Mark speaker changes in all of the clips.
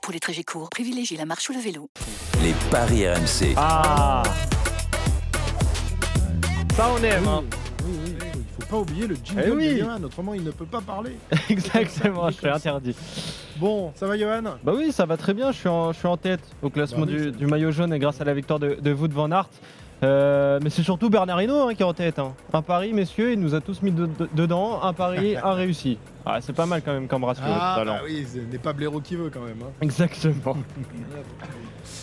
Speaker 1: Pour les trajets courts, privilégiez la marche ou le vélo.
Speaker 2: Les paris RMC.
Speaker 3: Ah Ça, on aime, hein.
Speaker 4: Oui, oui, oui, il faut pas oublier le jingle
Speaker 3: Eh oui.
Speaker 4: de Johan, autrement il ne peut pas parler.
Speaker 3: Exactement, je suis interdit.
Speaker 4: Bon, ça va Johan
Speaker 3: Bah oui, ça va très bien, je suis en, je suis en tête au classement
Speaker 4: Bah oui,
Speaker 3: du,
Speaker 4: c'est
Speaker 3: du maillot jaune et grâce à la victoire de, de Wout van Aert. Euh, mais c'est surtout Bernard Hinault, hein, qui est en tête. hein. Un pari, messieurs, il nous a tous mis de- de- dedans. Un pari, un réussi. Ah, c'est pas mal quand même comme ratio.
Speaker 4: Ah
Speaker 3: talent.
Speaker 4: bah oui, ce n'est pas Blaireau qui veut quand même. hein.
Speaker 3: Exactement.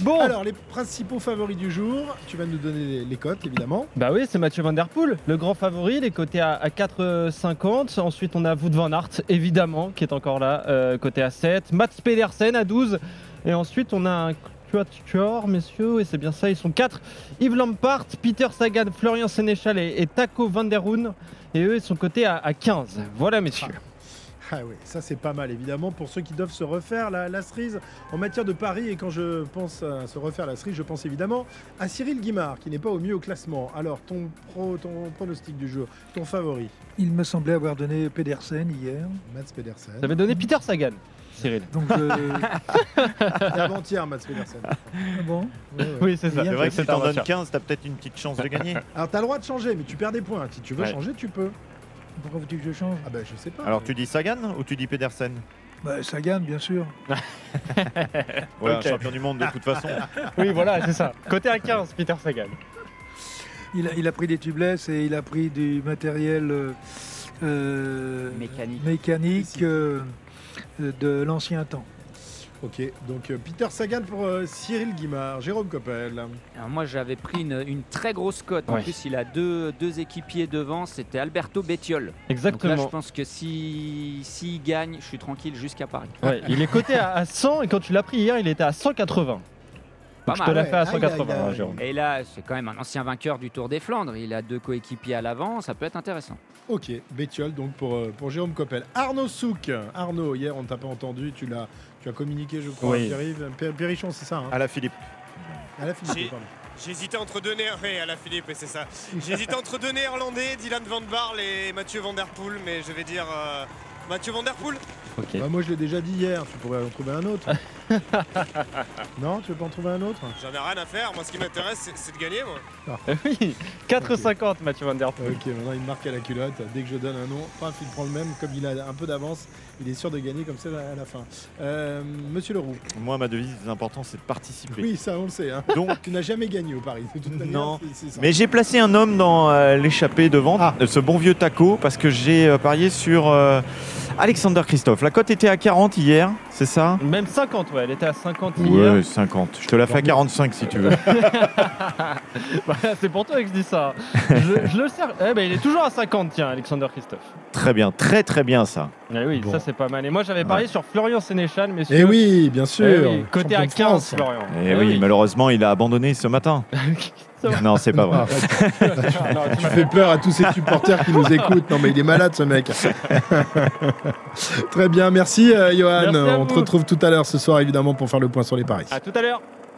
Speaker 3: Bon,
Speaker 4: Alors les principaux favoris du jour, tu vas nous donner les, les cotes évidemment.
Speaker 3: Bah oui, c'est Mathieu Van Der Poel, le grand favori, il est coté à, à 4,50. Ensuite, on a Wout Van Aert, évidemment, qui est encore là, euh, coté à 7. Mats Pedersen à 12. Et ensuite, on a un quatuor, messieurs, et c'est bien ça, ils sont 4. Yves Lampart, Peter Sagan, Florian Sénéchal et, et Taco Van Der Hoorn. Et eux, ils sont cotés à, à 15. Voilà, messieurs.
Speaker 4: Ah oui, ça c'est pas mal évidemment pour ceux qui doivent se refaire la, la cerise en matière de paris. Et quand je pense à se refaire la cerise, je pense évidemment à Cyril Guimard qui n'est pas au mieux au classement. Alors ton, pro, ton pronostic du jour, ton favori,
Speaker 5: Il me semblait avoir donné Pedersen hier.
Speaker 4: Mats Pedersen.
Speaker 3: Vous avez donné Peter Sagan, Cyril.
Speaker 5: Donc je...
Speaker 4: Et Avant-hier Mats Pedersen.
Speaker 5: Ah bon
Speaker 4: Ouais, ouais.
Speaker 3: Oui, c'est ça.
Speaker 5: Hier,
Speaker 3: C'est vrai que
Speaker 6: Si
Speaker 3: c'est
Speaker 6: t'en
Speaker 3: un
Speaker 6: donnes 15, t'as peut-être une petite chance de gagner.
Speaker 4: Alors t'as le droit de changer, mais tu perds des points. Si tu veux
Speaker 3: Ouais.
Speaker 4: changer, tu peux.
Speaker 5: Pourquoi veux-tu que je change
Speaker 4: Ah ben je sais pas.
Speaker 6: Alors tu dis Sagan ou tu dis Pedersen
Speaker 5: bah, Sagan, bien sûr.
Speaker 6: Ouais,
Speaker 3: Ok.
Speaker 6: champion du monde de toute façon.
Speaker 3: Oui, voilà, c'est ça. Coté à 15, Peter Sagan.
Speaker 5: Il a, il a pris des tubeless et il a pris du matériel euh, euh,
Speaker 7: Mécanique.
Speaker 5: mécanique euh, de l'ancien temps.
Speaker 4: Ok, donc euh, Peter Sagan pour euh, Cyril Guimard, Jérôme Coppel.
Speaker 7: Alors moi j'avais pris une, une très grosse cote. En
Speaker 3: Ouais.
Speaker 7: plus il a deux, deux équipiers devant, c'était Alberto Bettiol. Donc là je
Speaker 3: Exactement.
Speaker 7: pense que si s'il gagne, je suis tranquille jusqu'à Paris.
Speaker 3: Ouais, il est coté à, à 100 et quand tu l'as pris hier, il était à 180.
Speaker 7: Pas
Speaker 3: je
Speaker 7: mal.
Speaker 3: te l'ai
Speaker 4: ouais.
Speaker 3: fait à
Speaker 4: Ah, il a-
Speaker 3: 180,
Speaker 4: il a-
Speaker 3: hein, Jérôme.
Speaker 7: Et là, c'est quand même un ancien vainqueur du Tour des Flandres. Il a deux coéquipiers à l'avant, ça peut être intéressant.
Speaker 4: Ok, Bétiol donc pour, euh, pour Jérôme Coppel. Arnaud Souk, Arnaud, hier on ne t'a pas entendu, tu l'as tu as communiqué je crois,
Speaker 3: Oui.
Speaker 4: Pierre-Yves, Pierre- Pierrichon, c'est ça hein
Speaker 6: À la Philippe.
Speaker 4: À la Philippe,
Speaker 8: Si.
Speaker 4: pardon.
Speaker 8: J'hésitais entre deux Néerlandais à la Philippe et c'est ça. J'hésitais entre deux Néerlandais, Dylan Van Barl et Mathieu Van Der Poel, mais je vais dire euh, Mathieu Van Der Poel.
Speaker 3: Ok.
Speaker 4: Bah, moi je l'ai déjà dit hier, tu pourrais en trouver un autre. non, tu veux pas en trouver un autre
Speaker 8: J'en ai rien à faire. Moi, ce qui m'intéresse, c'est- c'est de gagner, moi.
Speaker 3: Oui, 4,50 Mathieu Van Der Poel.
Speaker 4: Ok, maintenant il marque à la culotte. Dès que je donne un nom, paf, il prend le même. Comme il a un peu d'avance, il est sûr de gagner comme ça à la fin. Euh, Monsieur Leroux,
Speaker 6: Moi, ma devise, l'important, c'est de participer.
Speaker 4: oui, ça on le sait. hein.
Speaker 6: Donc,
Speaker 4: Tu n'as jamais gagné au Paris. de toute manière,
Speaker 6: Non,
Speaker 4: c'est- c'est ça.
Speaker 6: mais j'ai placé un homme dans euh, l'échappée devant,
Speaker 4: Ah.
Speaker 6: euh, ce bon vieux taco, parce que j'ai euh, parié sur euh, Alexander Christophe. La cote était à 40 hier, c'est ça
Speaker 3: Même 50, ouais, elle était à 50 hier.
Speaker 6: 50. Je te la fais à 45 si tu veux.
Speaker 3: Voilà, c'est pour toi que je dis ça. Je, je le sers. Eh ben, il est toujours à 50, tiens, Alexander Christophe.
Speaker 6: très bien, très très bien ça.
Speaker 3: Eh oui,
Speaker 4: Bon.
Speaker 3: ça c'est pas mal. Et moi j'avais parié sur Florian Sénéchal, messieurs.
Speaker 4: Eh oui, bien
Speaker 3: Eh
Speaker 4: sûr.
Speaker 3: oui, Coté
Speaker 4: Champion
Speaker 3: à
Speaker 4: de
Speaker 3: 15,
Speaker 4: France. Eh
Speaker 3: Florian. Eh
Speaker 6: Et Eh oui, malheureusement, il a abandonné ce matin.
Speaker 3: C'est vrai.
Speaker 6: non, c'est pas vrai.
Speaker 3: Non, tu
Speaker 4: Tu
Speaker 3: m'as-
Speaker 4: fais Ah, peur à tous ces supporters qui nous écoutent. Non, mais il est malade ce mec. Très bien, euh, merci euh, Johan.
Speaker 3: Merci à
Speaker 4: On te
Speaker 3: vous.
Speaker 4: retrouve tout à l'heure ce soir évidemment pour faire le point sur les paris.
Speaker 3: À tout à l'heure.